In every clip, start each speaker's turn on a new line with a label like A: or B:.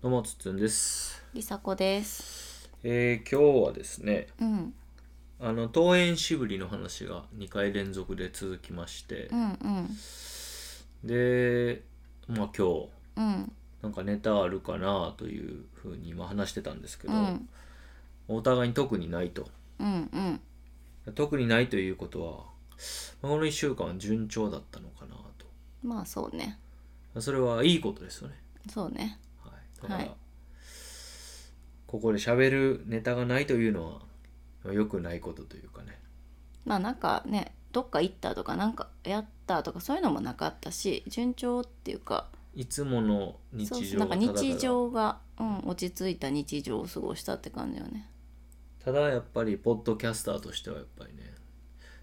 A: どうもつっつんです、
B: りさこです。
A: えー今日はですね
B: うん、
A: あの登園渋りの話が2回連続で続きまして
B: う、ん、うん、
A: でまあ今日
B: うん、
A: なんかネタあるかなというふうに今話してたんですけど、
B: うん、
A: お互いに特にないと
B: うん、うん、
A: 特にないということはまあこの1週間は順調だったのかな
B: まあ、そうね。
A: とそれはいいことですよね、
B: そうね。
A: はい、だから、
B: はい
A: ここで喋るネタがないというのは良くないことというかね
B: まあ、なんかね、どっか行ったとか、なんかやったとか、そういうのもなかったし、順調っていうか。
A: いつもの日
B: そうそう、
A: 常
B: な
A: が
B: んか日常が、うん、落ち着いた日常を過ごしたって感じよね。
A: ただただやっぱりポッドキャスターとしてはやっぱりね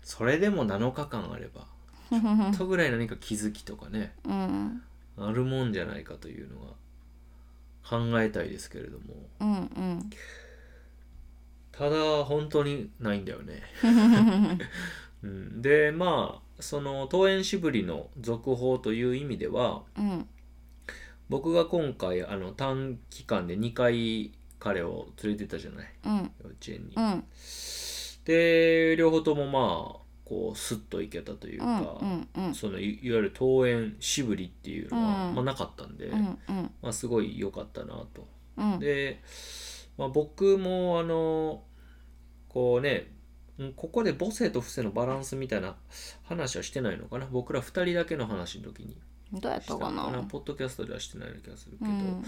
A: それでも7日間あればちょっとぐらい何か気づきとかね
B: うん、
A: あるもんじゃないかというのが考えたいですけれども
B: うん、うん、
A: ただ本当にないんだよね、うん、でまあその登園しぶりの続報という意味では
B: うん、
A: 僕が今回あの短期間で2回彼を連れてったじゃない
B: うん、
A: 幼稚園に
B: う。ん、
A: で両方ともまあこうスッといけたという
B: うん、
A: か、
B: うん、うん、
A: そのいいわゆる登園渋りっていうのは、
B: うん
A: まあ、なかったんで、
B: うん、うん、
A: まあ、すごい良かったなと。
B: うん、
A: で、まあ、僕もあのこうねうんここで母性と父性のバランスみたいな話はしてないのかな僕ら2人だけの話の時に
B: どうやっ
A: したの
B: たか
A: かな
B: な。
A: ポッドキャストではしてないような気がするけ
B: う
A: ど、
B: ん、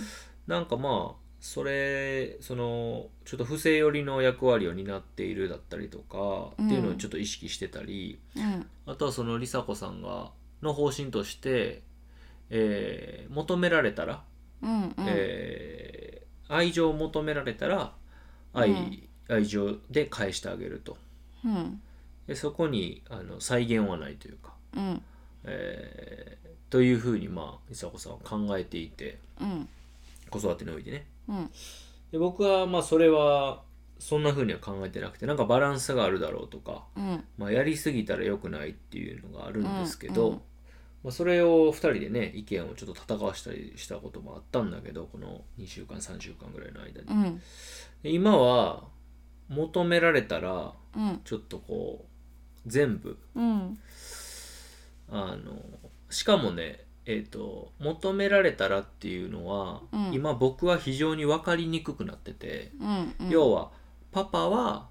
A: なんかまあそれそのちょっと不正寄りの役割を担っているだったりとか、
B: うん
A: っていうのをちょっと意識してたり
B: うん、
A: あとはその梨紗子さんがの方針として、えー求められたら、
B: うん、うん、
A: えー愛情を求められたら愛,、
B: うん
A: 愛情で返してあげると
B: うん、
A: でそこにあの再現はないというか、
B: うん、
A: えーというふうにまあ梨紗子さんは考えていて
B: うん、
A: 子育てにおいてね。
B: うん。
A: で僕はまあそれはそんな風には考えてなくてなんかバランスがあるだろうとか、
B: うん
A: まあ、やりすぎたら良くないっていうのがあるんですけど、
B: うんうん
A: まあ、それを2人でね意見をちょっと戦わしたりしたこともあったんだけどこの2週間3週間ぐらいの間に
B: う。ん
A: で今は求められたら
B: うん
A: ちょっとこう全部
B: うん
A: あのしかもねえー、と求められたらっていうのは、
B: うん
A: 今僕は非常に分かりにくくなってて、
B: うんうん
A: 要はパパは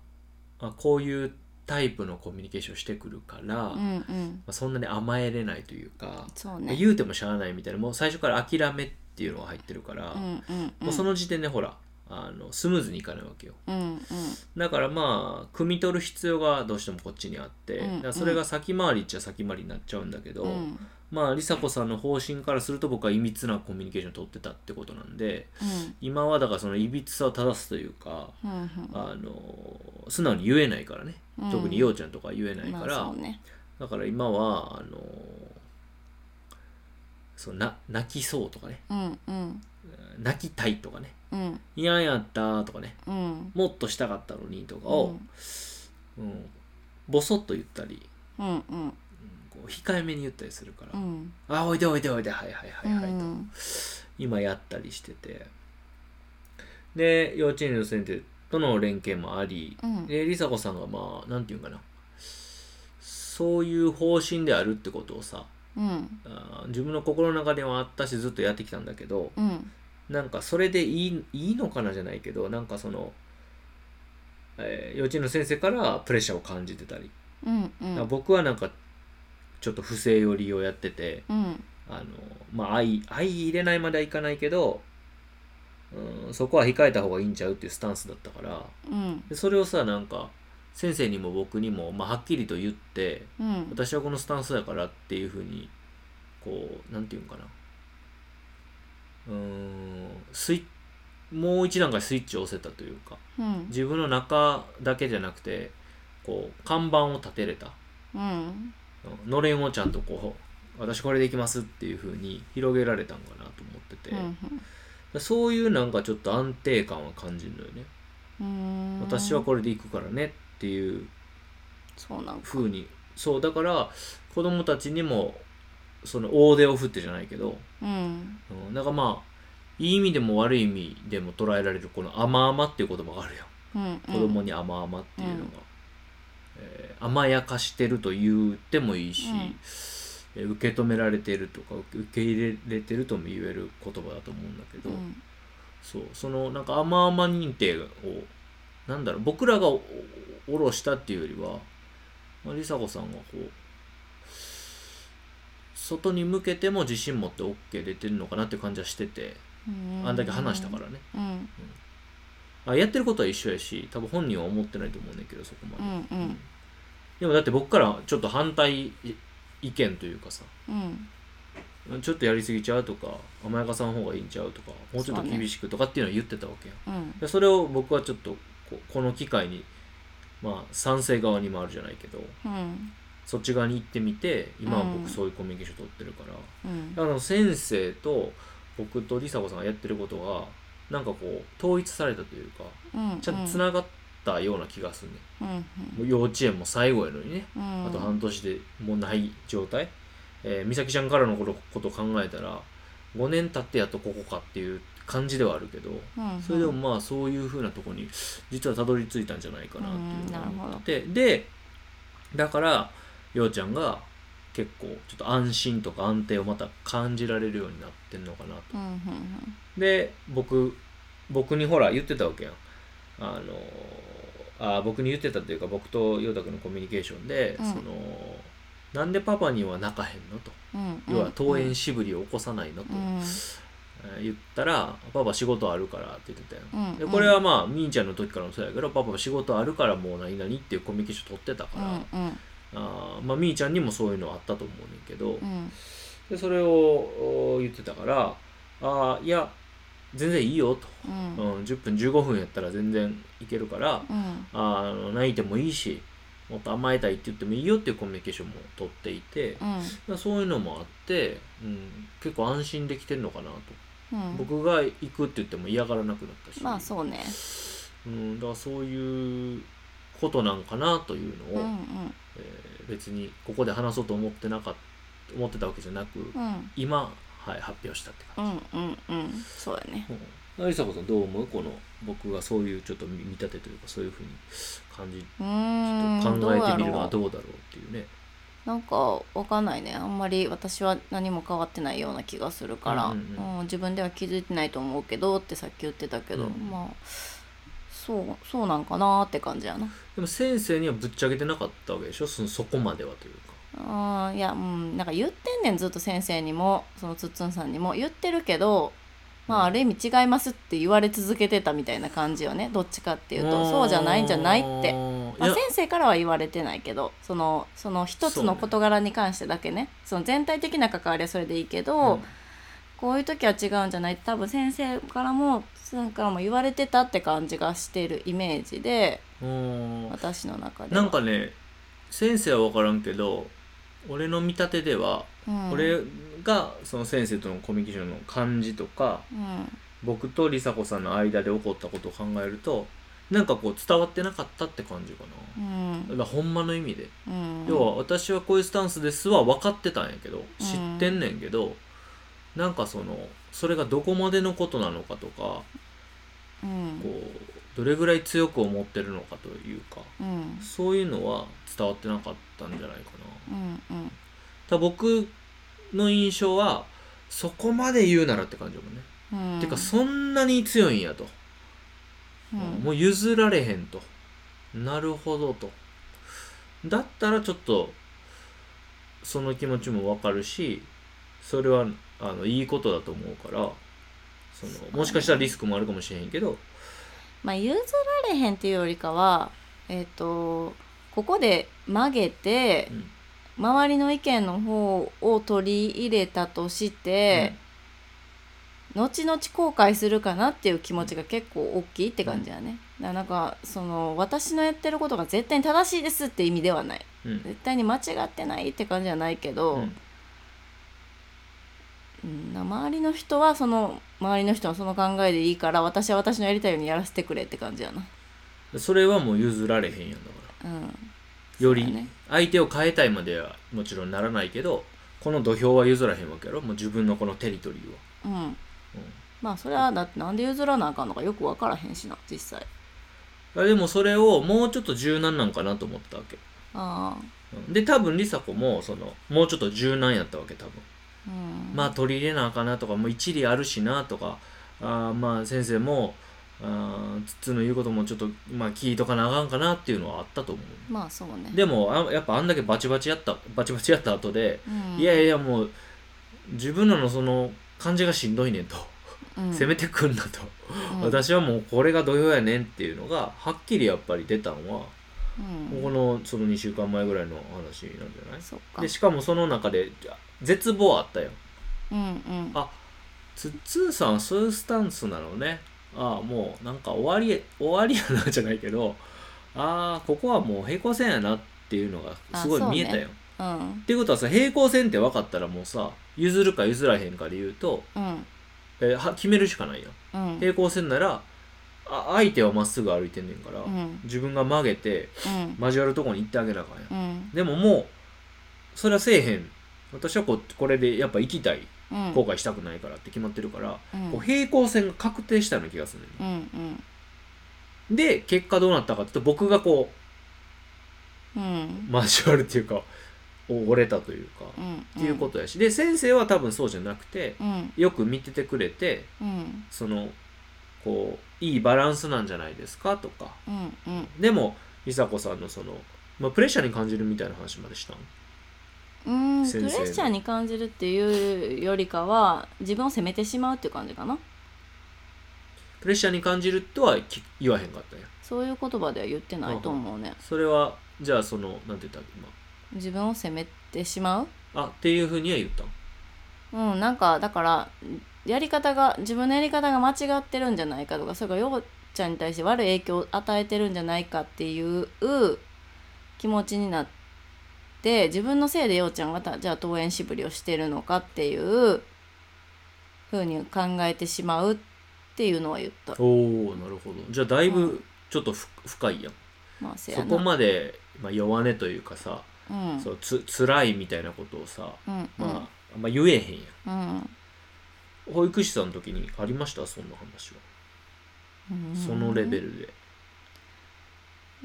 A: あこういうタイプのコミュニケーションしてくるから、
B: う
A: ま
B: んうん
A: あそんなに甘えれないというか、
B: そうね
A: 言うてもしゃあないみたいなもう最初から諦めっていうのが入ってるから、
B: うんうんうん
A: もうその時点でほらあのスムーズにいかないわけよ
B: うん
A: だからまあ汲み取る必要がどうしてもこっちにあって、
B: うんうん
A: だからそれが先回りっちゃ先回りになっちゃうんだけど、
B: うんうん
A: まあ梨紗子さんの方針からすると僕はいびつなコミュニケーションを取ってたってことなんで今はだからそのいびつさを正すというか、
B: うんうん
A: あの素直に言えないからね、
B: うん
A: 特にようちゃんとかは言えないから、
B: まあそうね
A: だから今はあのそうな泣きそうとかね
B: うんうん
A: 泣きたいとかね
B: うん
A: 嫌やったとかね
B: うん
A: もっとしたかったのにとかを、うんボソッと言ったり、
B: うんうん
A: うんこう控えめに言ったりするから「
B: うん
A: あおいでおいでおいではいはいはいはい」と、
B: うん
A: 今やったりしててで幼稚園の先生との連携もあり、
B: うん
A: で梨紗子さんがまあなんていうんかなそういう方針であるってことをさ
B: うん
A: あー自分の心の中ではあったしずっとやってきたんだけど
B: うん
A: なんかそれでいいいいのかなじゃないけどなんかその、えー幼稚園の先生からプレッシャーを感じてたり、
B: うんう
A: だ
B: ん
A: から僕はなんかちょっと不正寄りをやってて
B: うん
A: あのまあ愛愛入れないまではいかないけど、うん、そこは控えた方がいいんちゃうっていうスタンスだったから。
B: うん
A: でそれをさなんか先生にも僕にも、まあ、はっきりと言って
B: うん
A: 私はこのスタンスだからっていうふうにこうなんていうんかなうーんスイもう一段階スイッチを押せたというか
B: うん
A: 自分の中だけじゃなくてこう看板を立てれた
B: うん
A: うんのれんをちゃんとこう私これでいきますっていうふうに広げられたんかなと思ってて、
B: うん
A: そういうなんかちょっと安定感は感じるのよね、
B: うん
A: 私はこれでいくからねっていう
B: そうなんか
A: 風にそうだから子供たちにもその大手を振ってじゃないけど、
B: うん
A: うん、なんかまあいい意味でも悪い意味でも捉えられるこの甘々っていう言葉があるよ
B: うんうん
A: 子供に甘々っていうのが、
B: うん
A: えー甘やかしてると言ってもいいし、
B: うん
A: えー受け止められてるとか受け入れれてるとも言える言葉だと思うんだけ
B: う
A: ど、
B: ん
A: そうそのなんか甘々認定をなんだろう僕らがおお下ろしたっていうよりは、まあ、梨紗子さんがこう外に向けても自信持って OK 出てるのかなって感じはしてて
B: うん
A: あんだけ話したからね、
B: うん
A: あやってることは一緒やし多分本人は思ってないと思うねんだけどそこま
B: う
A: で、
B: んうん
A: でもだって僕からちょっと反対い意見というかさ
B: うん
A: ちょっとやりすぎちゃうとか甘やかさん方がいいんちゃうとかもうちょっと厳しくとかっていうのは言ってたわけよ
B: うん
A: でそれを僕はちょっとここの機会にまあ賛成側にもあるじゃないけど
B: うん
A: そっち側に行ってみて今は
B: うん
A: 僕そういうコミュニケーション取ってるから、
B: うん
A: だから先生と僕と梨紗子さんがやってることがなんかこう統一されたというか
B: うん
A: ちゃんとつながったような気がするね、
B: うん
A: もう幼稚園も最後やのにね
B: うん
A: あと半年でもうない状態、えー美咲ちゃんからのことことを考えたら5年経ってやっとここかっていう感じではあるけど、
B: うんうん
A: それでもまあそういうふうなとこに実はたどり着いたんじゃないかなっていうのは
B: うんなる
A: 思
B: ほど
A: っててでだからようちゃんが結構ちょっと安心とか安定をまた感じられるようになってんのかなと
B: うんうん
A: で僕僕にほら言ってたわけやんあのあ僕に言ってたというか僕と陽太くんのコミュニケーションで、
B: うん
A: そのなんでパパには泣かへんのと
B: うんうん
A: 要は登園しぶりを起こさないのと、
B: うん
A: えー言ったらパパ仕事あるからって言ってたよ、
B: うん
A: でこれはまあみーちゃんの時からもそうやけどパパ仕事あるからもう何々っていうコミュニケーション取ってたか
B: う
A: ら、
B: んうん
A: あーまあみーちゃんにもそういうのあったと思うねんけど、
B: うん
A: でそれをお言ってたからあーいや全然いいよと。
B: うん
A: うん、10分15分やったら全然いけるから
B: うん
A: あーあの泣いてもいいしもっと甘えたいって言ってもいいよっていうコミュニケーションも取っていて、
B: うん
A: そういうのもあって、うん、結構安心できてるのかなと、
B: うん
A: 僕が行くって言っても嫌がらなくなったし、
B: まあそうね
A: うん、だからそういうことなんかなという
B: う
A: の
B: ん
A: を、
B: うん
A: えー別にここで話そうと思ってなかっ思ってたわけじゃなく、
B: うん
A: 今、はい、発表したって
B: う
A: 感じ。
B: んうんうんそうやね
A: うん、有坂さんどう思うこの僕がそういうちょっと見見立てというかそういうふうに感じ
B: う
A: ち
B: ーん
A: ょっと考えてみる
B: ど
A: の
B: うや
A: は
B: ろう
A: どうだろうっていうね
B: なんかわかんないねあんまり私は何も変わってないような気がするから、
A: う
B: うんん
A: うんう
B: 自分では気づいてないと思うけどってさっき言ってたけど、
A: うん
B: まあそうそうなんかなって感じやな
A: でも先生にはぶっちゃけてなかったわけでしょそのそこまではというか
B: うんいやうんなんか言ってんねんずっと先生にもそのつっつんさんにも言ってるけどまあある意味違いますって言われ続けてたみたいな感じよねどっちかっていうとそうじゃないんじゃないって
A: あー
B: まあ、
A: いや
B: 先生からは言われてないけどそのその一つの事柄に関してだけねその全体的な関わりはそれでいいけど、
A: うん
B: こういう時は違うんじゃない多分先生からもさんからも言われてたって感じがしてるイメージで
A: うん
B: 私の中では
A: なんかね先生は分からんけど俺の見立てでは、
B: うん、
A: 俺がその先生とのコミュニケーションの感じとか
B: うん
A: 僕と梨紗子さんの間で起こったことを考えるとなんかこう伝わってなかったって感じか
B: う
A: な、
B: ん
A: だからほんまの意味で
B: うん、
A: 要は私はこういうスタンスですは分かってたんやけど
B: うん
A: 知ってんねんけど、なんかそのそれがどこまでのことなのかとかこ
B: うん
A: うどれぐらい強く思ってるのかというか
B: うん
A: そういうのは伝わってなかったんじゃないか
B: う
A: な。
B: んうん
A: ただ僕の印象はそこまで言うならって感じだもんね。
B: うん
A: てかそんなに強いんやと、
B: うん
A: もう譲られへんとなるほどとだったらちょっとその気持ちもわかるしそれはあのいいことだと思うからそのもしかしたらリスクもあるかもしれへんけど
B: まあ譲られへんっていうよりかはえっ、とここで曲げて、
A: うん
B: 周りの意見の方を取り入れたとして、後々後悔するかなっていう気持ちが結構大きいって感じだね、だからなんかその私のやってることが絶対に正しいですって意味ではない
A: うんうん
B: 絶対に間違ってないって感じじゃないけど、
A: うん
B: うん周りの人はその周りの人はその考えでいいから私は私のやりたいようにやらせてくれって感じやな
A: それはもう譲られへんやんだから
B: うん
A: よ
B: そうだ
A: り
B: ね
A: 相手を変えたいまではもちろんならないけどこの土俵は譲らへんわけやろもう自分のこのテリトリーは、
B: うん
A: うん
B: まあそれはだってなんで譲らなあかんのかよく分からへんしな実際
A: あでもそれをもうちょっと柔軟なんかなと思ったわけ
B: ああ
A: うんで多分梨紗子もそのもうちょっと柔軟やったわけ多分
B: うん
A: まあ取り入れなあかんなとかもう一理あるしなとかあーまあ先生もあーつっつーの言うこともちょっと、まあ、聞いとかなあかんかなっていうのはあったと思う
B: まあそうね
A: でもあやっぱあんだけバチバチやったバチバチやった後で、
B: うん
A: いやいやもう自分らのその感じがしんどいねんと、
B: うん
A: 攻めてくんなと、
B: うん
A: 私はもうこれが土俵やねんっていうのがはっきりやっぱり出たんは、
B: うん
A: このその2週間前ぐらいの話なんじゃない
B: そっか
A: でしかもその中でじゃ絶望あったよ
B: うんうん
A: あつっつーさんそういうスタンスなのねああもうなんか終わり終わりやなじゃないけどああここはもう平行線やなっていうのがすごい
B: あそうね
A: 見えたよ、
B: うん
A: っていうことはさ平行線って分かったらもうさ譲るか譲らへんかで言うと、
B: うん
A: えーは決めるしかないやん
B: うん
A: 平行線ならあ相手はまっすぐ歩いてんねんから、
B: うん
A: 自分が曲げて
B: うん
A: 交わるとこに行ってあげなあかんやん
B: うん
A: でももうそれはせえへん私はこうこれでやっぱ行きたい
B: うん
A: 後悔したくないからって決まってるから、
B: うん
A: こう平行線が確定したような気がするのよ、
B: うんうん
A: で結果どうなったかっていうと僕がこ
B: うん
A: う交わるっていうか折れたというか、
B: う
A: っ
B: ん
A: ていうことやしで先生は多分そうじゃなくて
B: うん
A: よく見ててくれて
B: うん
A: そのこういいバランスなんじゃないですかとか
B: うんうん
A: でも梨紗子さんのその、まあ、プレッシャーに感じるみたいな話までしたん
B: うんプレ
A: 先生の
B: ッシャーに感じるっていうよりかは自分を責めてしまうっていう感じかな
A: プレッシャーに感じるとはき言わへんかったんや
B: そういう言葉では言ってないと思うね
A: それはじゃあそのなんて言ったっけ今
B: 自分を責めてしまう
A: あっていうふうには言ったん
B: うんなんかだからやり方が自分のやり方が間違ってるんじゃないかとかそれがようちゃんに対して悪い影響を与えてるんじゃないかっていう気持ちになって自分のせいでようちゃんがたじゃあ登園渋りをしてるのかっていうふうに考えてしまうっていうのは言った。
A: おおなるほどじゃあだいうぶ
B: ん
A: ちょっとふ深いやん
B: まあ、せや
A: そ
B: な
A: こまで、まあ、弱音というかさ、
B: うん
A: そうつ辛いみたいなことをさ、
B: うん
A: まあ、あんま言えへんや
B: うん
A: ん保育士さんの時にありましたそんな話は
B: うん
A: そのレベルで、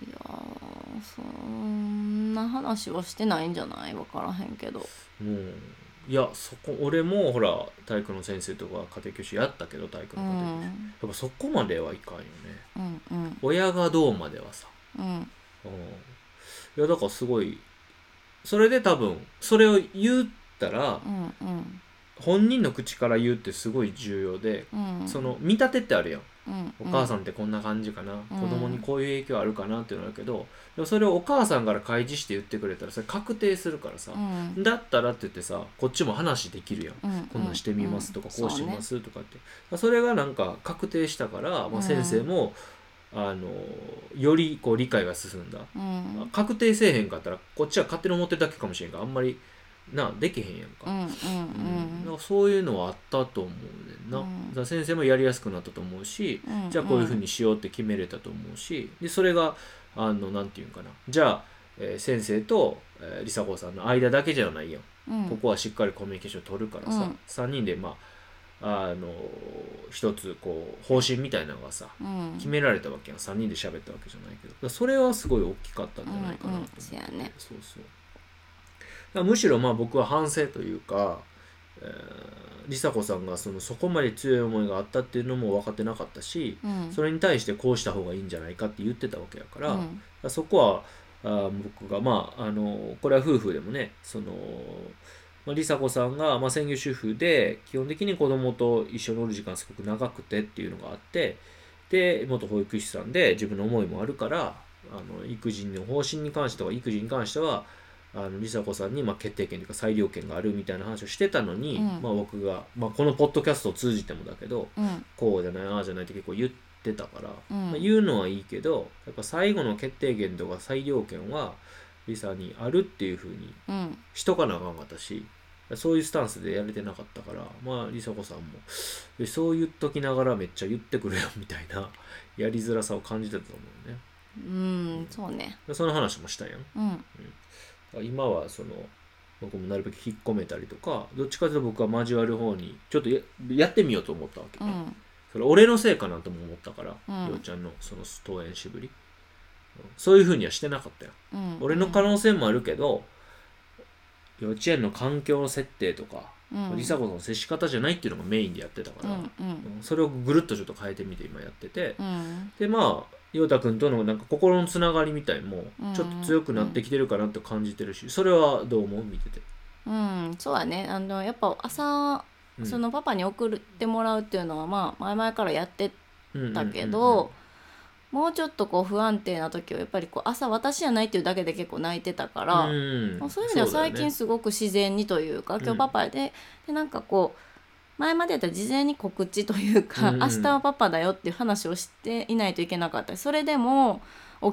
B: いやーそんな話はしてないんじゃない分からへんけど
A: もういやそこ俺もほら体育の先生とか家庭教師やったけど体育
B: う
A: の家庭教師、や
B: ん
A: っぱそこまではいかんよね
B: うんうん
A: 親がどうまではさ
B: うん
A: うんいやだからすごいそれで多分それを言ったら
B: うんうん
A: 本人の口から言うってすごい重要で
B: うん
A: その見立てってあるやん
B: うん
A: お母さん
B: ん
A: ってこんな感じかな、
B: うん
A: 子供にこういう影響あるかなっていうのだけどでもそれをお母さんから開示して言ってくれたらそれ確定するからさ
B: う、ん
A: だったらって言ってさこっちも話できるやん、
B: うん
A: こんなんしてみますとか、
B: うん
A: こうしてみますとかってそ,、れがなんか確定したから、まあ、先生も、あのよりこう理解が進んだ
B: そうねうん
A: まあ確定せえへんかったらこっちは勝手に思ってるだけかもしれんからあんまりなできへんやん
B: う
A: か,、
B: ん
A: だからそういうのはあったと思うねんな、
B: うん
A: だから先生もやりやすくなったと思うし
B: うんうん
A: じゃあこういうふうにしようって決めれたと思うしでそれがあのなんていうんかなじゃあ、えー先生と、えー、梨紗子さんの間だけじゃないやん、
B: うん
A: ここはしっかりコミュニケーション取るからさ、
B: うん
A: 3人でまああの一つこう方針みたいなのがさ
B: うん
A: 決められたわけやん3人で喋ったわけじゃないけどだからそれはすごい大きかったんじゃないかなと思って
B: うんうんそうやね
A: そうそうだからむしろまあ僕は反省というか、えー、梨紗子さんがそのそこまで強い思いがあったっていうのも分かってなかったし
B: うん
A: それに対してこうした方がいいんじゃないかって言ってたわけやから、
B: う
A: だか
B: ん
A: らそこはあー僕がまああのこれは夫婦でもねそのまあ梨紗子さんが、まあ、専業主婦で基本的に子供と一緒におる時間すごく長くてっていうのがあってで元保育士さんで自分の思いもあるからあの育児の方針に関しては育児に関してはあの梨紗子さんにまあ決定権というか裁量権があるみたいな話をしてたのに、
B: うん
A: まあ、僕が、まあ、このポッドキャストを通じてもだけど
B: うん
A: こうじゃないああじゃないって結構言ってたから、
B: う
A: ま
B: ん
A: あ、言うのはいいけどやっぱ最後の決定権とか裁量権は梨紗にあるっていうふうに
B: うん
A: しとかなあかんかったしそういうスタンスでやれてなかったからまあ梨紗子さんもえそう言っときながらめっちゃ言ってくれよみたいなやりづらさを感じてたと思うね
B: うんそうね
A: でその話もしたんやん
B: うん
A: 今はそのまそこもなるべく引っ込めたりとかどっちかというと僕は交わる方にちょっとややってみようと思ったわけ、
B: う
A: ね
B: ん
A: それ俺のせいかなとも思ったから、
B: うん
A: りょうちゃんのその登園しぶりうんそういうふうにはしてなかったよ
B: うん
A: 俺の可能性もあるけど、幼稚園の環境の設定とか、
B: うん
A: りさこさんの接し方じゃないっていうのがメインでやってたか
B: う
A: ら、
B: んうん
A: うんそれをぐるっとちょっと変えてみて今やってて、
B: うん
A: でまあ陽太くんとのなんか心のつながりみたいのも
B: うん
A: ちょっと強くなってきてるかなって感じてるしそれはどう思う見てて、
B: うんそうだねあのやっぱ朝
A: うん
B: そのパパに送ってもらうっていうのはまあ前々からやってたけど、、もうちょっとこう不安定な時はやっぱりこう朝私じゃないっていうだけで結構泣いてたか
A: うん
B: ら、
A: うんうんうん
B: まあそういう意味では最近
A: そ
B: すごく自然にというか今日パパで,、でなんかこう前までやったら事前に告知というか、
A: うん
B: 明日はパパだよっていう話をしていないといけなかったりそれでも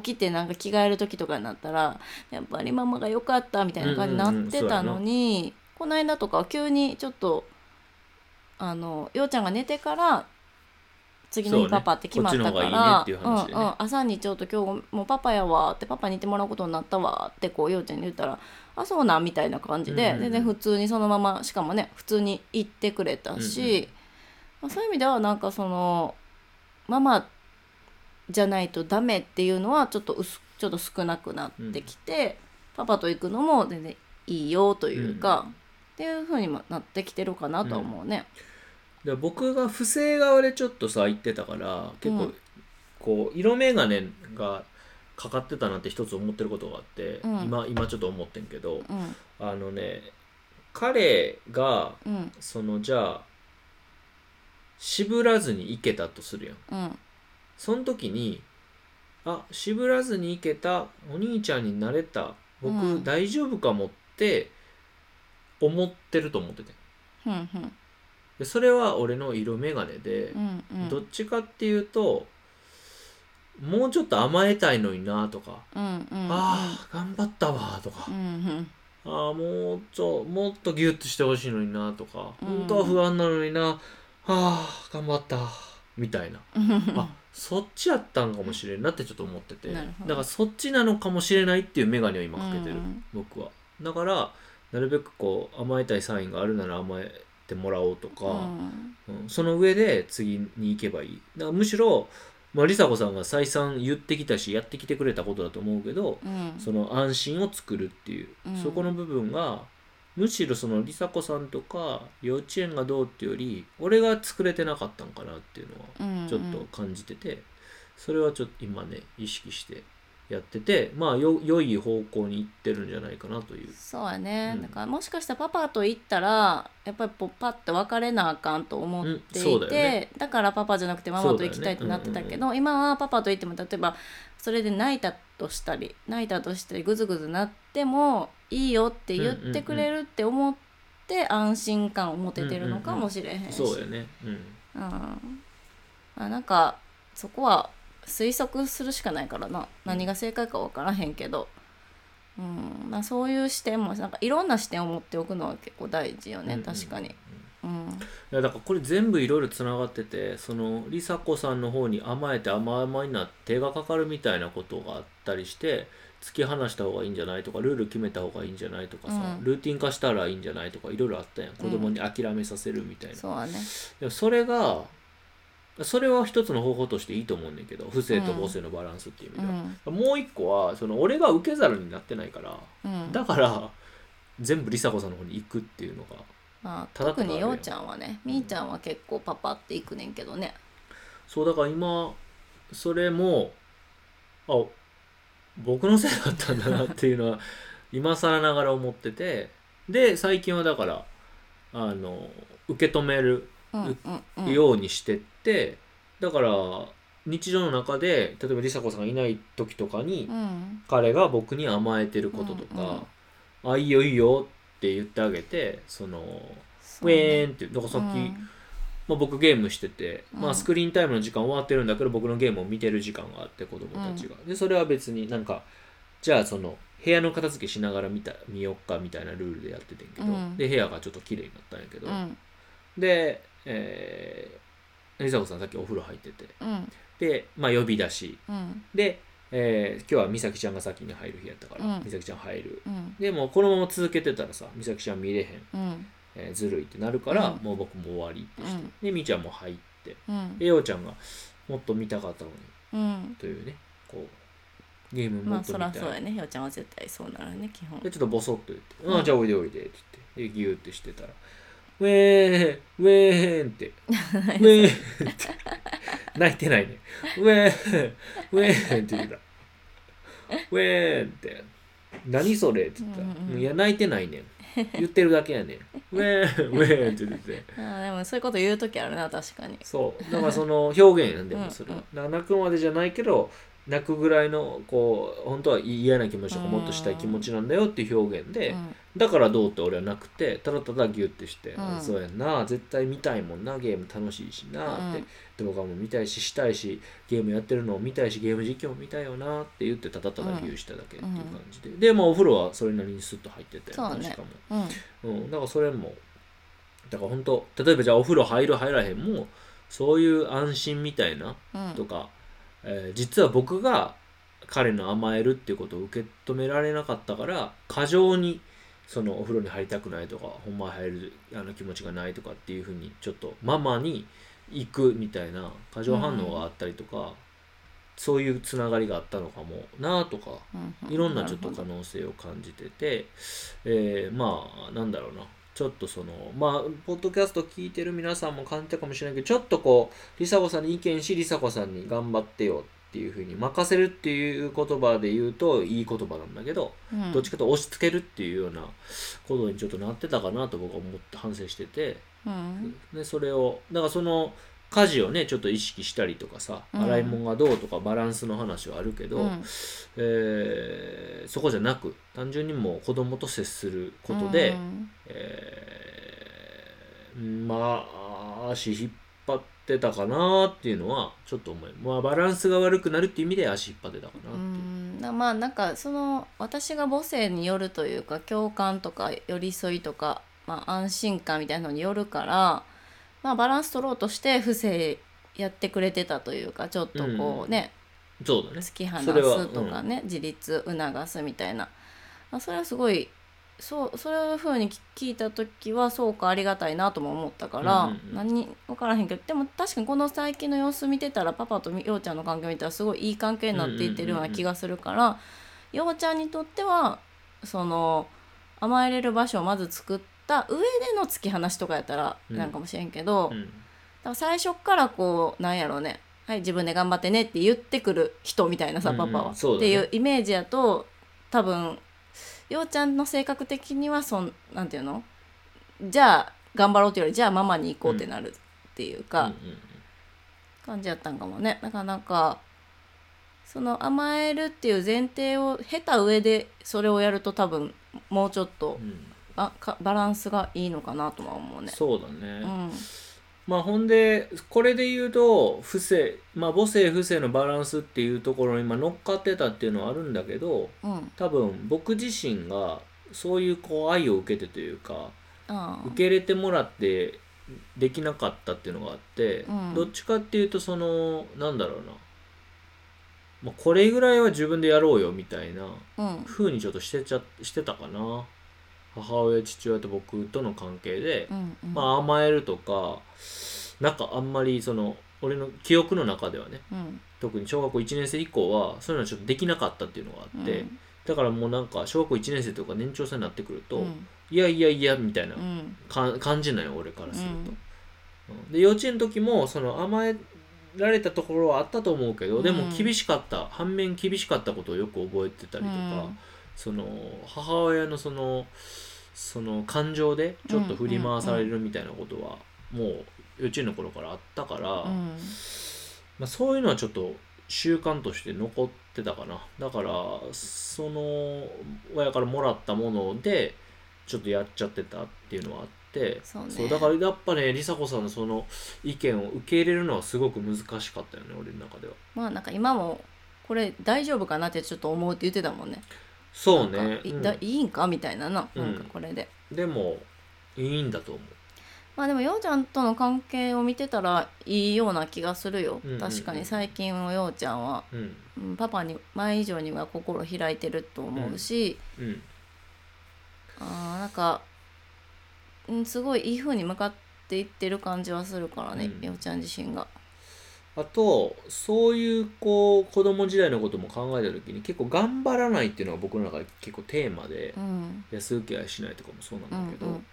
B: 起きてなんか着替える時とかになったらやっぱりママが良かったみたいな感じになってたのに、この間とかは急にちょっとあのようちゃんが寝てから次の
A: そう
B: 日
A: ね
B: パパって決まったか
A: こっちの方
B: ら
A: がいいねっていう話でね
B: うんうん朝にちょっと今日もうパパやわってパパにいてもらうことになったわってこうようちゃんに言ったらあそうなんみたいな感じ
A: う
B: で、
A: んうん
B: 全然普通にそのまましかもね普通に行ってくれたし、まあそういう意味ではなんかそのママじゃないとダメっていうのはちょっと薄ちょっと少なくなってきて、パパと行くのも全然いいよというか、っていう風にもなってきてるかなとは思うね。
A: うだから僕が不正側でちょっとさ言ってたから結構、
B: うん
A: こう色眼鏡がかかってたなって一つ思ってることがあって、
B: うん
A: 今今ちょっと思ってんけど
B: うん
A: あのね彼が
B: うん
A: そのじゃあ渋らずに行けたとするやん
B: うん
A: その時にあ渋らずに行けたお兄ちゃんになれた僕、
B: うん
A: 大丈夫かもって思ってると思ってて
B: うんうん
A: でそれは俺の色眼鏡で
B: う、んうん
A: どっちかっていうともうちょっと甘えたいのになとか、
B: うんうん
A: ああ頑張ったわとか
B: う、ん
A: ああもうちょもっとギュッとしてほしいのになとか、
B: うん
A: 本当は不安なのになあー頑張ったみたいな、
B: うんうん
A: あそっちやったんかもしれんなってちょっと思ってて
B: なる
A: だ
B: ほど
A: からそっちなのかもしれないっていう眼鏡を今かけてる、
B: うん
A: 僕はだからなるべくこう甘えたいサインがあるなら甘えてもらおうとか、
B: うん
A: うんその上で次に行けばいいだからむしろ、まあ、梨紗子さんが再三言ってきたしやってきてくれたことだと思うけど、
B: うん
A: その安心を作るっていう、
B: うん
A: そこの部分がむしろその梨紗子さんとか幼稚園がどうっていうより俺が作れてなかったんかなっていうのは
B: うん
A: ちょっと感じてて、それはちょっと今ね意識してやっててまあよ良い方向に行ってるんじゃないかなという。
B: そうやね、
A: うん
B: だからもしかしたらパパと行ったらやっぱりこうパッと別れなあかんと思っていて、
A: うんそうだよね
B: だからパパじゃなくてママと行きたいってなってたけど、今はパパと行っても例えばそれで泣いたとしたり泣いたとしたりグズグズなってもいいよって言ってくれるって思って安心感を持ててるのかもしれへんし、
A: そうやね、うん、
B: うんまあ、なんかそこは推測するしかないからな何が正解か分からへんけど、うんまあ、そういう視点もなんかいろんな視点を持っておくのは結構大事よね、
A: うんうん
B: 確かに、うん
A: いやだからこれ全部いろいろつながっててその梨紗子さんの方に甘えて甘々になって手がかかるみたいなことがあったりして突き放した方がいいんじゃないとかルール決めた方がいいんじゃないとかさ、
B: うん
A: ルーティン化したらいいんじゃないとかいろいろあったやん子供に諦めさせるみたいな、
B: そうだね
A: でもそれがそれは一つの方法としていいと思うんだけど不正と母性のバランスっていう意味
B: う
A: では、
B: ん
A: もう一個はその俺が受け皿になってないから
B: うん
A: だから全部梨紗子さんの方に行くっていうのが
B: まあ、
A: ただただ
B: 特
A: ある
B: に
A: よ
B: ようちゃんはねみーちゃんは結構パパっていくねんけどね
A: そうだから今それもあ僕のせいだったんだなっていうのは 今更ながら思っててで最近はだからあの受け止める
B: うんうんうん
A: ようにしてって、だから日常の中で例えば梨紗子さんがいない時とかに、
B: うん
A: 彼が僕に甘えてることとか「あいいよいいよ」って言ってあげてその「ウ
B: そうね
A: ェーン」ってだからさっき、
B: うん
A: まあ、僕ゲームしてて、ま
B: う
A: あ、
B: ん
A: スクリーンタイムの時間終わってるんだけど僕のゲームを見てる時間があって子供たちが、でそれは別になんかじゃあその部屋の片付けしながら見た見よっかみたいなルールでやっててんけど、
B: うん
A: で部屋がちょっと綺麗になったんやけど、
B: うん
A: でえー、梨紗子さんさっきお風呂入ってて
B: うん
A: でまあ呼び出し
B: うん
A: でえー今日は美咲ちゃんが先に入る日やったから、
B: うん
A: 美咲ちゃん入る
B: うん
A: でもうこのまま続けてたらさ美咲ちゃん見れへん、
B: うん
A: えーずるいってなるから、
B: うん
A: もう僕も終わりってして、
B: うん
A: でみーちゃんも入って
B: うん
A: でようちゃんがもっと見たかったのに
B: うん
A: というねこうゲームも
B: ま
A: っ
B: あ
A: と
B: そ
A: 見
B: ら
A: たい、
B: そうやねひょうちゃんは絶対そうなるね基本
A: でちょっとボソッと言って「
B: うん
A: ああじゃあおいでおいで」って言ってでギューってしてたら「ウェーンウェーン」っ て「ウェーン」って泣いてないね「ウェーンウェーン」って言ってた「ウェーン」って「何それ」って言ったら
B: うんうんうん
A: いや泣いてないねん言ってるだけやねん「ウェーンウェーン」って言ってて
B: あーでもそういうこと言う時あるな確かに
A: そうだからその表現やんで
B: う
A: も
B: ん
A: それはだから泣くまでじゃないけど泣くぐらいのこう本当は嫌な気持ちとかもっとしたい気持ちなんだよっていう表現で、
B: うん
A: だからどうって俺はなくてただただギュッてして、
B: うん
A: そうやんな絶対見たいもんなゲーム楽しいしなって、動画も見たいししたいしゲームやってるのを見たいしゲーム実況も見たいよなって言ってただただギューしただけっていう感じで、でまあお風呂はそれなりにスッと入ってて
B: そうね
A: 確かも
B: うん
A: うん、だからそれもだから本当例えばじゃあお風呂入る入らへんもそういう安心みたいな
B: うん
A: とか、えー実は僕が彼の甘えるっていうことを受け止められなかったから過剰にそのお風呂に入りたくないとかほんまは入るあの気持ちがないとかっていうふうにちょっとママに行くみたいな過剰反応があったりとか、そういうつながりがあったのかもなとか
B: うんう
A: いろんなちょっと
B: る
A: 可
B: ほど
A: 能性を感じてて、えーまあなんだろうなちょっとそのまあポッドキャスト聞いてる皆さんも感じたかもしれないけどちょっとこう梨紗子さんに意見し梨紗子さんに頑張ってよっていうふうに任せるっていう言葉で言うといい言葉なんだけど、
B: うん
A: どっちかというと押し付けるっていうようなことにちょっとなってたかなと僕は思って反省してて。
B: うん
A: でそれをだからその家事をねちょっと意識したりとかさ、
B: うん
A: 洗い物がどうとかバランスの話はあるけど、
B: うん
A: えーそこじゃなく単純にもう子供と接することで、
B: うん
A: えーまあ足引っ張ってたかなっていうのはちょっと思いまあバランスが悪くなるっていう意味で足引っ張ってたかな
B: う
A: っていう。
B: んなまあなんかその私が母性によるというか共感とか寄り添いとか、まあ、安心感みたいなのによるから、まあ、バランス取ろうとして不正やってくれてたというかちょっとこうね、
A: そうだね
B: 突き放
A: それは
B: すとかね、自立促すみたいなあそれはすごいそうそういうふうに聞聞いた時はそうかありがたいなとも思ったから、
A: うんうんうん
B: 何分からへんけどでも確かにこの最近の様子見てたらパパとみようちゃんの関係見たらすごいいい関係になっていってるような気がするから、ようちゃんにとってはその甘えれる場所をまず作った上での突き放しとかやったら
A: うん
B: なんかもしれんけど。
A: うん
B: だから最初っからこうなんやろうねはい自分で頑張ってねって言ってくる人みたいなさ
A: うんう
B: パ
A: ん
B: パは、
A: そう
B: っ
A: だ
B: て
A: ね
B: いうイメージやと多分ようちゃんの性格的にはそんなんていうのじゃあ頑張ろうというよりじゃあママに行こうってなるっていうか、
A: うんうん
B: 感じやったんかもねだからなんかその甘えるっていう前提を経た上でそれをやると多分もうちょっと
A: うん
B: あかバランスがいいのかなとは思うね。
A: そうだね、
B: うん
A: まあほんでこれで言うと不正まあ母性不正のバランスっていうところに今乗っかってたっていうのはあるんだけど
B: うん、
A: 多分僕自身がそういうこう愛を受けてというか
B: あ
A: 受け入れてもらってできなかったっていうのがあって、
B: うん
A: どっちかっていうとそのなんだろうな、まあ、これぐらいは自分でやろうよみたいな
B: あ、うん、
A: 風にちょっとしてちゃしてたかな母親父親と僕との関係で、
B: うんうん、
A: まあ、甘えるとかなんかあんまりその俺の記憶の中ではね
B: うん
A: 特に小学校1年生以降はそういうのはちょっとできなかったっていうのがあって、
B: うん
A: だからもうなんか小学校1年生とか年長さんになってくると、
B: うん
A: いやいやいやみたいな
B: うん
A: か感じない俺からすると、
B: うん
A: うんで幼稚園の時もその甘えられたところはあったと思うけどでも
B: うん
A: 厳しかった、反面厳しかったことをよく覚えてたりとか、
B: うん
A: その母親のそのその感情でちょっと振り回されるみたいなことはもう幼稚園の頃からあったから、
B: うん
A: まあ、そういうのはちょっと習慣として残ってたかなだからその親からもらったものでちょっとやっちゃってたっていうのはあって
B: そうね
A: だからやっぱね梨紗子さんのその意見を受け入れるのはすごく難しかったよね俺の中では
B: まあなんか今もこれ大丈夫かなってちょっと思うって言ってたもんね。
A: そう
B: なん
A: ね
B: かい,
A: うん
B: だ、いいんかみたいなな
A: うん
B: なんかこれで。
A: でもいいんだと思
B: まあでもようちゃんとの関係を見てたらいいような気がするよ、
A: うんうんうん
B: 確かに最近のようちゃんは、
A: うん
B: うん、パパに前以上には心開いてると思うし、
A: うん
B: あーなんか、うん、すごいいい風に向かっていってる感じはするからね、
A: うん
B: ようちゃん自身が。
A: あとそういうこう子供時代のことも考えた時に結構頑張らないっていうのが僕の中で結構テーマで
B: うん
A: 安請け合いしないとかもそうなんだけど、
B: うんうん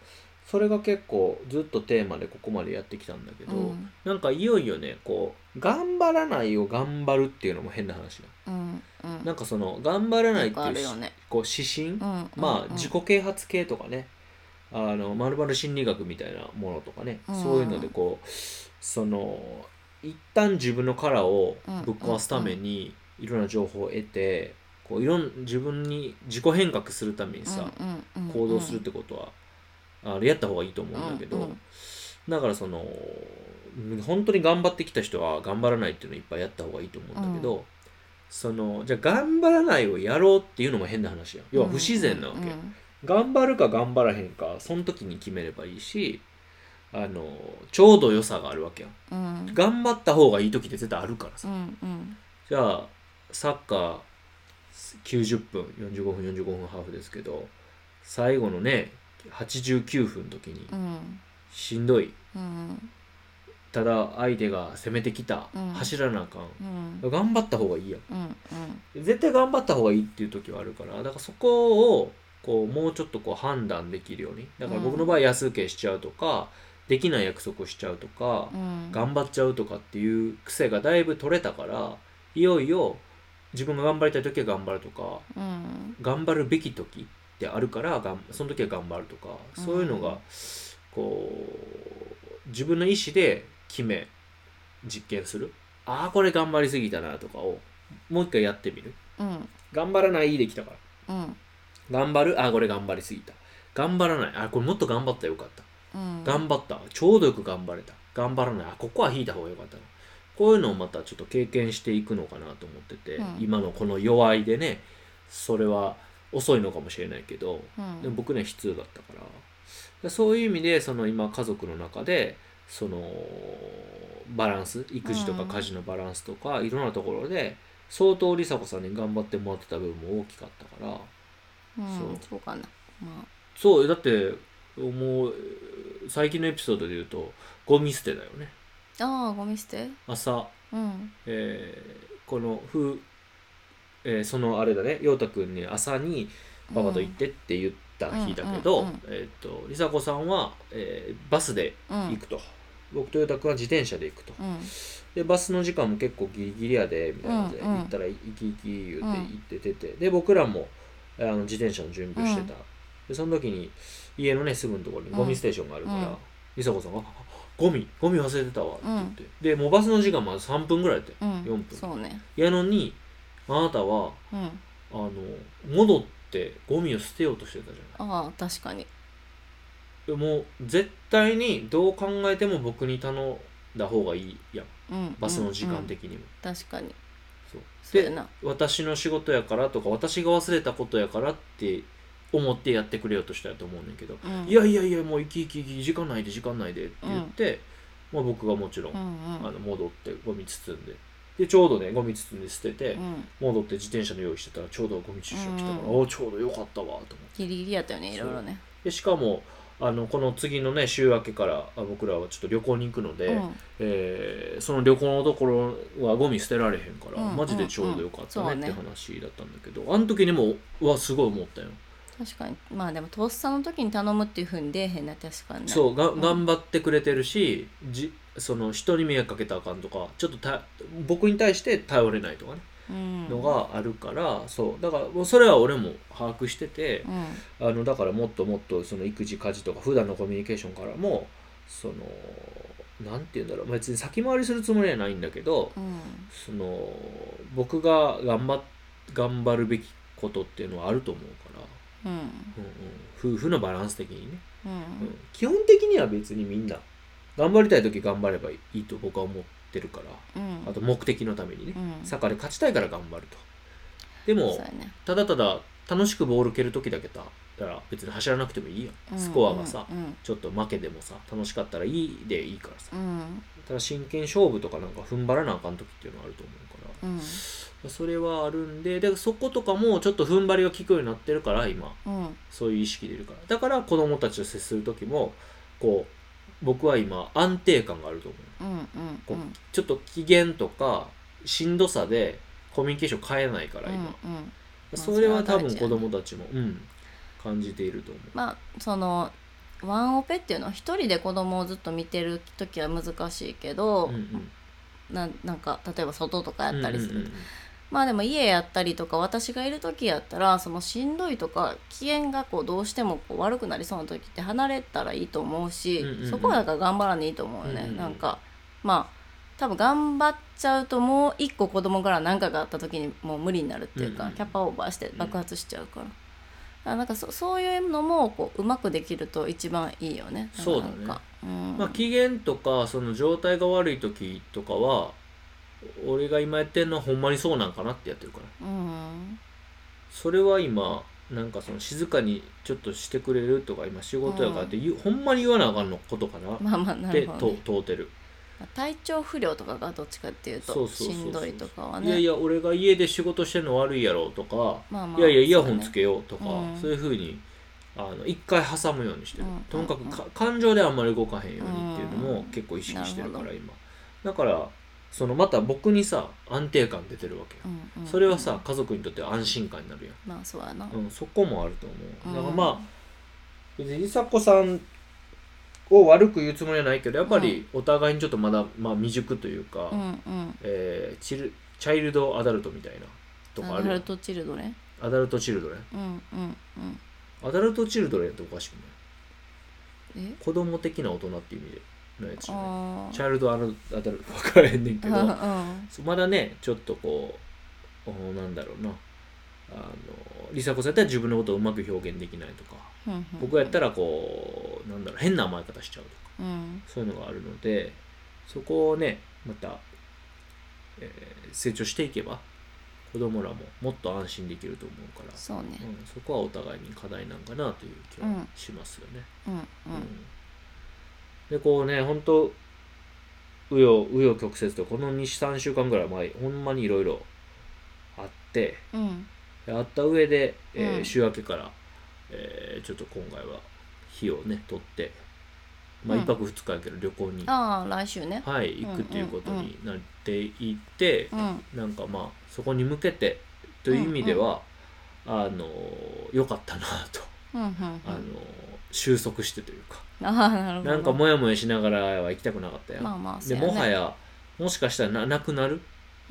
A: それが結構ずっとテーマでここまでやってきたんだけど、
B: うん
A: なんかいよいよねこう頑張らないを頑張るっていうのも変な話だ
B: うんうん
A: なんかその頑張らないっ
B: 結
A: て
B: 構あ
A: いう
B: る
A: し
B: よね。
A: こう指針、
B: うん
A: ま
B: うん
A: あ自己啓発系とかねあの丸々心理学みたいなものとかね、
B: うん
A: そういうのでこうその一旦自分の殻をぶっ壊すためにいろんな情報を得てこういろん自分に自己変革するためにさ、
B: うんうんうん
A: 行動するってことはあのやった方がいいと思うんだけど、
B: うんうん
A: だからその本当に頑張ってきた人は頑張らないっていうのをいっぱいやった方がいいと思うんだけど、そのじゃあ頑張らないをやろうっていうのも変な話やん要は不自然なわけ、
B: うんうん
A: 頑張るか頑張らへんかその時に決めればいいしあのちょうど良さがあるわけやん
B: うんうん
A: 頑張った方がいい時って絶対あるから
B: う
A: さ、
B: んうん
A: じゃあサッカー90分45分45分ハーフですけど最後のね89分の時に
B: うん
A: しんどい
B: うん
A: ただ相手が攻めてきた、
B: うん
A: 走らなあかん
B: うん
A: 頑張った方がいいやん
B: うん
A: 絶対頑張った方がいいっていう時はあるからだからそこをこうもうちょっとこう判断できるようにだから僕の場合安請けしちゃうとか、できない約束をしちゃうとか
B: う、ん
A: 頑張っちゃうとかっていう癖がだいぶ取れたからいよいよ自分が頑張りたい時は頑張るとか
B: うん
A: 頑張るべき時ってあるからがんその時は頑張るとか
B: うん
A: そういうのがこう自分の意思で決め実験するああこれ頑張りすぎたなとかをもう一回やってみる
B: うん
A: 頑張らないできたから
B: うん
A: 頑張るああこれ頑張りすぎた頑張らないあーこれもっと頑張ったらよかった
B: うん
A: 頑張ったちょうどよく頑張れた頑張らないあここは引いた方がよかったなこういうのをまたちょっと経験していくのかなと思ってて、
B: うん
A: 今のこの弱いでねそれは遅いのかもしれないけどでも僕には悲痛だったからでそういう意味でその今家族の中でそのバランス育児とか
B: うん
A: 家事のバランスとか、いろんなところで相当梨紗子さんに頑張ってもらってた部分も大きかったから
B: うん
A: そう
B: そうかなま
A: そうだってもうえー最近のエピソードで言うとゴミ捨てだよね
B: あああゴミ捨て
A: 朝、
B: うん
A: えーこのふう、えーそのあれだね陽太くんに朝にパパと行ってって言った日だけど、
B: うんうんうん
A: えっ、と梨紗子さんは、えーバスで
B: うん
A: 行くと、僕と陽太くんは自転車で行くと、
B: うん
A: でバスの時間も結構ギリギリやでみたいなので、
B: うんうん
A: 行ったら行き行き言うて
B: うん
A: 行って出て、で僕らもあの自転車の準備をしてた、でその時に家のねすぐのところにゴミステーションがあるから、
B: うん
A: 梨紗子さんがあ「ゴミゴミ忘れてたわ」って言って、でもうバスの時間まだ3分ぐらいやって
B: うん
A: 4分
B: そうね
A: やのにあなたは
B: うん
A: あの戻ってゴミを捨てようとしてたじゃない
B: ああ確かに
A: でもう絶対にどう考えても僕に頼んだ方がいいやん
B: うん
A: バスの時間
B: うんうん
A: 的にも、
B: 確かに
A: そう
B: そうや
A: で
B: な
A: 私の仕事やからとか私が忘れたことやからって思ってやってくれようとしたやと思うねんだけど、
B: うん
A: いやいやいやもう行き行き行き時間ないで時間ないでって言って、まあ、僕がもちろん、
B: うんうん
A: あの戻ってゴミ包んででちょうどねゴミ包んで捨てて、
B: うん
A: 戻って自転車の用意してたらちょうどゴミ収集車来たから、
B: うん
A: おーちょうどよかったわと思って
B: ギリギリやったよねいろいろね
A: でしかもあのこの次のね週明けからあ僕らはちょっと旅行に行くので、
B: うん
A: えーその旅行のところはゴミ捨てられへんから、
B: うん
A: マジでちょうどよかったね
B: うん
A: っ
B: うん
A: て
B: そうね
A: 話だったんだけど、あの時にもうわすごい思ったよ、
B: 確かにまあでもとっさの時に頼むっていうふうに出えへんな確かにね
A: そうが
B: ん
A: 頑張ってくれてるしじその人に迷惑かけたらあかんとかちょっとた僕に対して頼れないとかね、
B: うん
A: のがあるからそうだからもうそれは俺も把握してて
B: う、ん
A: あのだからもっともっとその育児家事とか普段のコミュニケーションからもそのなんて言うんだろう別に先回りするつもりはないんだけど、
B: うん
A: その僕が頑張っ頑張るべきことっていうのはあると思うから、
B: うん
A: うんうん、夫婦のバランス的にね、
B: う
A: うんん、基本的には別にみんな頑張りたい時頑張ればいいと僕は思ってるから
B: うん
A: あと目的のためにね
B: うん
A: サッカーで勝ちたいから頑張るとで
B: そう
A: も
B: やね
A: ただただ楽しくボール蹴る時だけだったら別に走らなくてもいいやんスコアがさ、
B: うん
A: ちょっと負けでもさ楽しかったらいいでいいからさ
B: うん
A: ただ真剣勝負とかなんか踏ん張らなあかん時っていうのはあると思うから
B: うん
A: それはあるんででそことかもちょっと踏ん張りが効くようになってるから今
B: うん
A: そういう意識でいるからだから子供たちと接する時もこう僕は今安定感があると思う
B: うんうん
A: こうちょっと機嫌とかしんどさでコミュニケーション変えないから今、
B: うんうん
A: それは多分
B: そ
A: 子
B: れは大事やね
A: 供たちも、うん、感じていると思う、
B: まあそのワンオペっていうのは一人で子供をずっと見てる時は難しいけど、
A: うんうん、
B: ななんか例えば外とかやったりする、
A: うんうんうん
B: まあでも家やったりとか私がいる時やったらそのしんどいとか機嫌がこうどうしてもこう悪くなりそうな時って離れたらいいと思うし、
A: うんうんうん
B: そこはだから頑張らんでいいと思うよね、
A: うんうんうん
B: なんかまあ多分頑張っちゃうともう一個子供から何かがあった時にもう無理になるっていうか、
A: うんうん
B: キャパオーバーして爆発しちゃうから。あなんかそそういうのもこううまくできると一番いいよね。
A: そうだね
B: なんか、うん
A: まあ、機嫌とかその状態が悪い時とかは俺が今やってんのはほんまにそうなんかなってやってるから
B: うん
A: それは今なんかその静かにちょっとしてくれるとか今仕事やからって言う、ほんまに言わなあかんのことかな
B: まあまあ
A: っ
B: な
A: て
B: る
A: と
B: ほど、ね。
A: 問うてる
B: まあ体調不良とかがどっちかっていう
A: そう
B: と
A: そうそう
B: し
A: そうん
B: どいとかはい
A: やい
B: ね
A: や俺が家で仕事してんの悪いやろとか
B: まあまあ
A: いやいやイヤホン
B: そ
A: つ
B: う
A: けようとかそう,、
B: うん
A: いうふうにあの一回挟むようにしてる、
B: うんうんうん
A: とにかくか感情ではあんまり動かへんようにっていうのも結構意識してるか
B: な
A: ら
B: る
A: 今だからそのまた僕にさ安定感出てるわけよ、
B: だねうんうん
A: それはさ家族にとっては安心感になるやん
B: まあそうやな、
A: うん、そこもあると思う。だから
B: うん
A: まあ、別にいさこさんを悪く言うつもりはないけど、やっぱりお互いにちょっとまだ、まあ、未熟というか、
B: うんうん
A: えーチルチャイルドアダルトみたいなとかあ
B: ア
A: る
B: ダ
A: や
B: ル
A: ん
B: トチルドレン
A: アダルトチルドレン。
B: うんうんうん
A: アダルトチルドレンっておかしくない
B: え
A: 子供的な大人っていう意味でのやつじゃない
B: あ
A: チャイルドアダルト、分からへんねんけ
B: あ
A: ど、
B: うん
A: そうまだね、ちょっとこう、おなんだろうな。あの、りさこさんやったら自分のことをうまく表現できないとか、
B: うん
A: 僕やった
B: ら
A: らこうなんだろう変な甘え方しちゃうとか
B: うん
A: そういうのがあるのでそこをねまた、えー成長していけば子供らももっと安心できると思うから、
B: そうね
A: うん、そこはお互いに課題なんかなという気はしますよね。
B: うんうん
A: うんでこうね本当紆余紆余曲折とこの23週間ぐらい前ほんまにいろいろあって。
B: うん
A: あった上で、えー
B: うん
A: 週明けから、えーちょっと今回は日をね取って、まあ、
B: うん
A: 1泊2日やけど旅行に、
B: ああ来週ね
A: はい、行くということになっていて、
B: うん
A: なんかまあそこに向けてという意味では、あの良かったなと、
B: うんうんうん
A: あの収束してというか、
B: ああなるほど
A: なんかモヤモヤしながらは行きたくなかったやん、
B: まあまあそ
A: で
B: うやね
A: もはやもしかしたらななくなる、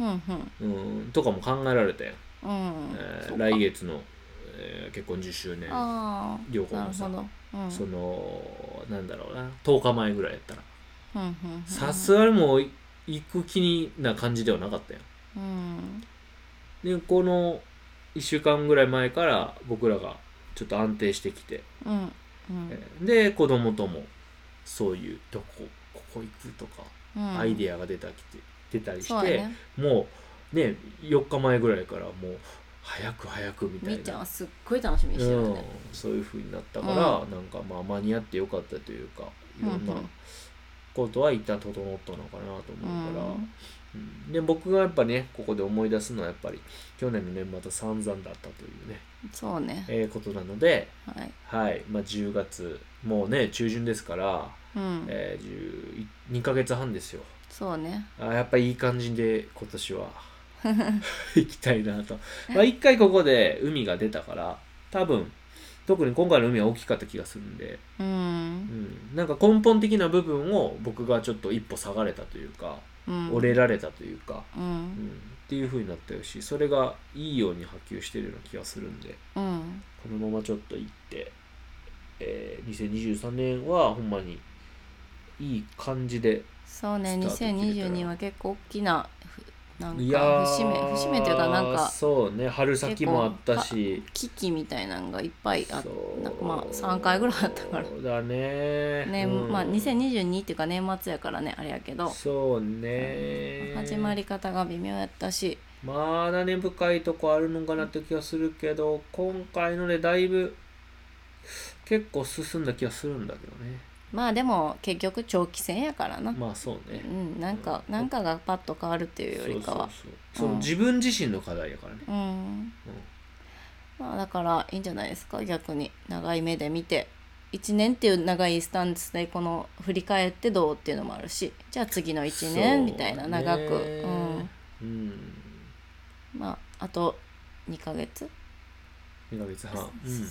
B: うんうん
A: うん、とかも考えられたやん、
B: うん
A: えー
B: そうか
A: 来月の、えー結婚10周年
B: あ
A: 旅
B: あ
A: 行
B: な
A: の
B: る
A: さ
B: ほどうん
A: そのなんだろうな10日前ぐらいやったら
B: うんうんうん
A: さすがにもう行く気にな感じではなかったよ
B: うん
A: でこの1週間ぐらい前から僕らがちょっと安定してきて、
B: うんうん
A: えーで子供ともそういうどこここ行くとか、
B: うん
A: アイディアが出たきて出たりし
B: そう
A: て、
B: やね
A: もうね4日前ぐらいからもう早く早くみた
B: み
A: い
B: っちゃん
A: な
B: はすっごい楽しみにしてるよね
A: うん、そういう風になったから、なんかまあ間に合ってよかったというかいろんな
B: うんうん
A: ことは一旦整ったのかなと思うから、
B: うん
A: うんで僕がやっぱねここで思い出すのはやっぱり去年の年末は散々だったというね、
B: そうね
A: えーことなので、
B: はい
A: はいまあ、10月もうね中旬ですから、
B: うん
A: え2ヶ月半ですよ
B: そうね
A: あーやっぱりいい感じで今年 は行きたいなと。まあ一回ここで海が出たから、多分、特に今回の海は大きかった気がするんで、う
B: う
A: んん、なんか根本的な部分を僕がちょっと一歩下がれたというか、
B: うん
A: 折れられたというか、
B: う
A: うん、
B: ん
A: っていう風になったよし、それがいいように波及してるような気がするんで、
B: うん
A: このままちょっと行って、えー2023年はほんまにいい感じで
B: そうね
A: スタート切れたら
B: 2022は結構大きなふなん
A: いやー
B: か節目節目というかなんか
A: そうね春先もあったし
B: 危機みたいなのがいっぱいあっ
A: そう
B: なんかまあ3回ぐらいあったから
A: そうだね
B: ね
A: うん
B: まあ2022っていうか年末やからねあれやけど
A: そうね
B: 始まり方が微妙やったし
A: まだ根深いとこあるのかなって気がするけど今回のでだいぶ結構進んだ気がするんだけどね
B: まあでも結局長期戦やからな、
A: まあそうね
B: うん、なんかなんかがパッと変わるっていうよりかは
A: そうそうそう
B: うん
A: その自分自身の課題やからね、
B: うんまあだからいいんじゃないですか逆に長い目で見て1年っていう長いスタンスでこの振り返ってどうっていうのもあるしじゃあ次の1年みたいな
A: そうね
B: 長く、うん、
A: うん、
B: まああと2ヶ月、
A: 2ヶ月半、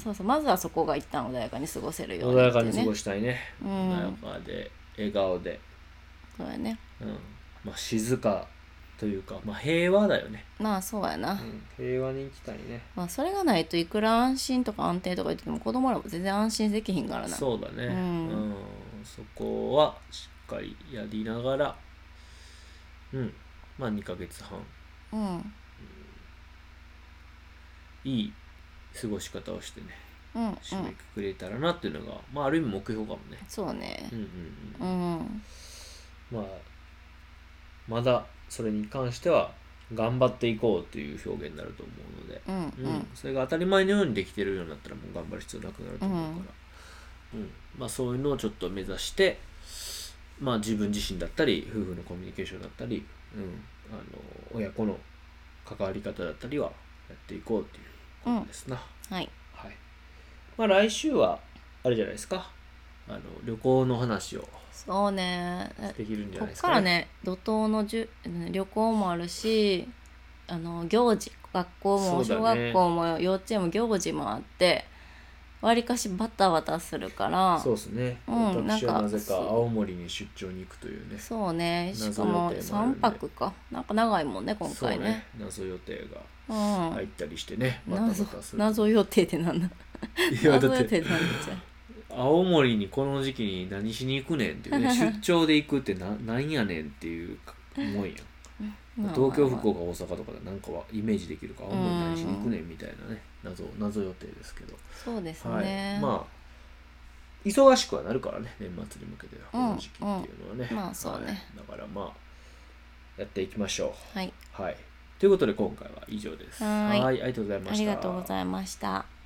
B: そうそうまずはそこが一旦穏やかに過ごせる
A: うん
B: よう
A: 穏
B: に
A: や
B: って
A: か
B: ね
A: に過ごしたいね、
B: う
A: 穏
B: ん
A: やかで笑顔で、
B: そうやね
A: うんまあ、静かというか、まあ、平和だよね、
B: まあそうやな、
A: うん、平和に行きたいね
B: まあそれがないといくら安心とか安定とか言ってても子供らも全然安心できひんからな
A: そうだね、う
B: うんん
A: そこはしっかりやりながらうんまあ2ヶ月半
B: うん
A: いい過ごし方をしてね
B: うんうん
A: 締めくくれたらなっていうのが、まあある意味目標かもね
B: そうね
A: うんうんう、
B: うんん
A: まあまだそれに関しては頑張っていこうっていう表現になると思うので、
B: うん
A: うん
B: うん
A: それが当たり前のようにできてるようになったらもう頑張る必要なくなると思うから、うんまあ、そういうのをちょっと目指して、まあ、自分自身だったり夫婦のコミュニケーションだったり、うん、あの親子の関わり方だったりはやっていこうっていうことですな、
B: はい
A: はいまあ、来週はあれじゃないですかあの旅行の話を
B: そうね
A: できるんじゃ
B: こ
A: ないで
B: っ
A: す
B: か
A: か、
B: らね怒涛のじゅ旅行もあるしあの行事学校も
A: そう
B: 小
A: だね
B: 学校も幼稚園も行事もあってわりかしバタバタするから
A: そうですね、
B: うん
A: 私は
B: な
A: なん
B: か
A: ぜか青森に出張に行くというね
B: そうねし
A: 謎
B: か
A: 予定もあ
B: も
A: るんで
B: 3泊かなんか長いもんね今
A: そう
B: 回ね
A: 謎予定
B: う
A: が
B: ん、
A: 入ったりしてね、バタ
B: 謎
A: バタする
B: 謎予定ってなんだ
A: いや
B: 謎
A: だ
B: 予
A: って
B: 定ってなんだじゃ
A: 青森にこの時期に何しに行くねんっていうね 出張で行くってななんやねんっていう思いやん
B: あまあ
A: 東京
B: まあ
A: 福岡大阪とかでなんかはイメージできるから青森何しに行くねんみたいなね謎謎予定ですけど
B: そうです
A: はい、
B: ね、
A: まあ忙しくはなるからね年末に向けてはこ
B: うん
A: の時期っていうのはね、
B: うんまあそうね
A: はいだからまあやっていきましょ
B: はい、
A: うはいということで今回は以上です
B: はーい
A: ありがとうございま
B: あ
A: し
B: り
A: た
B: がとうございました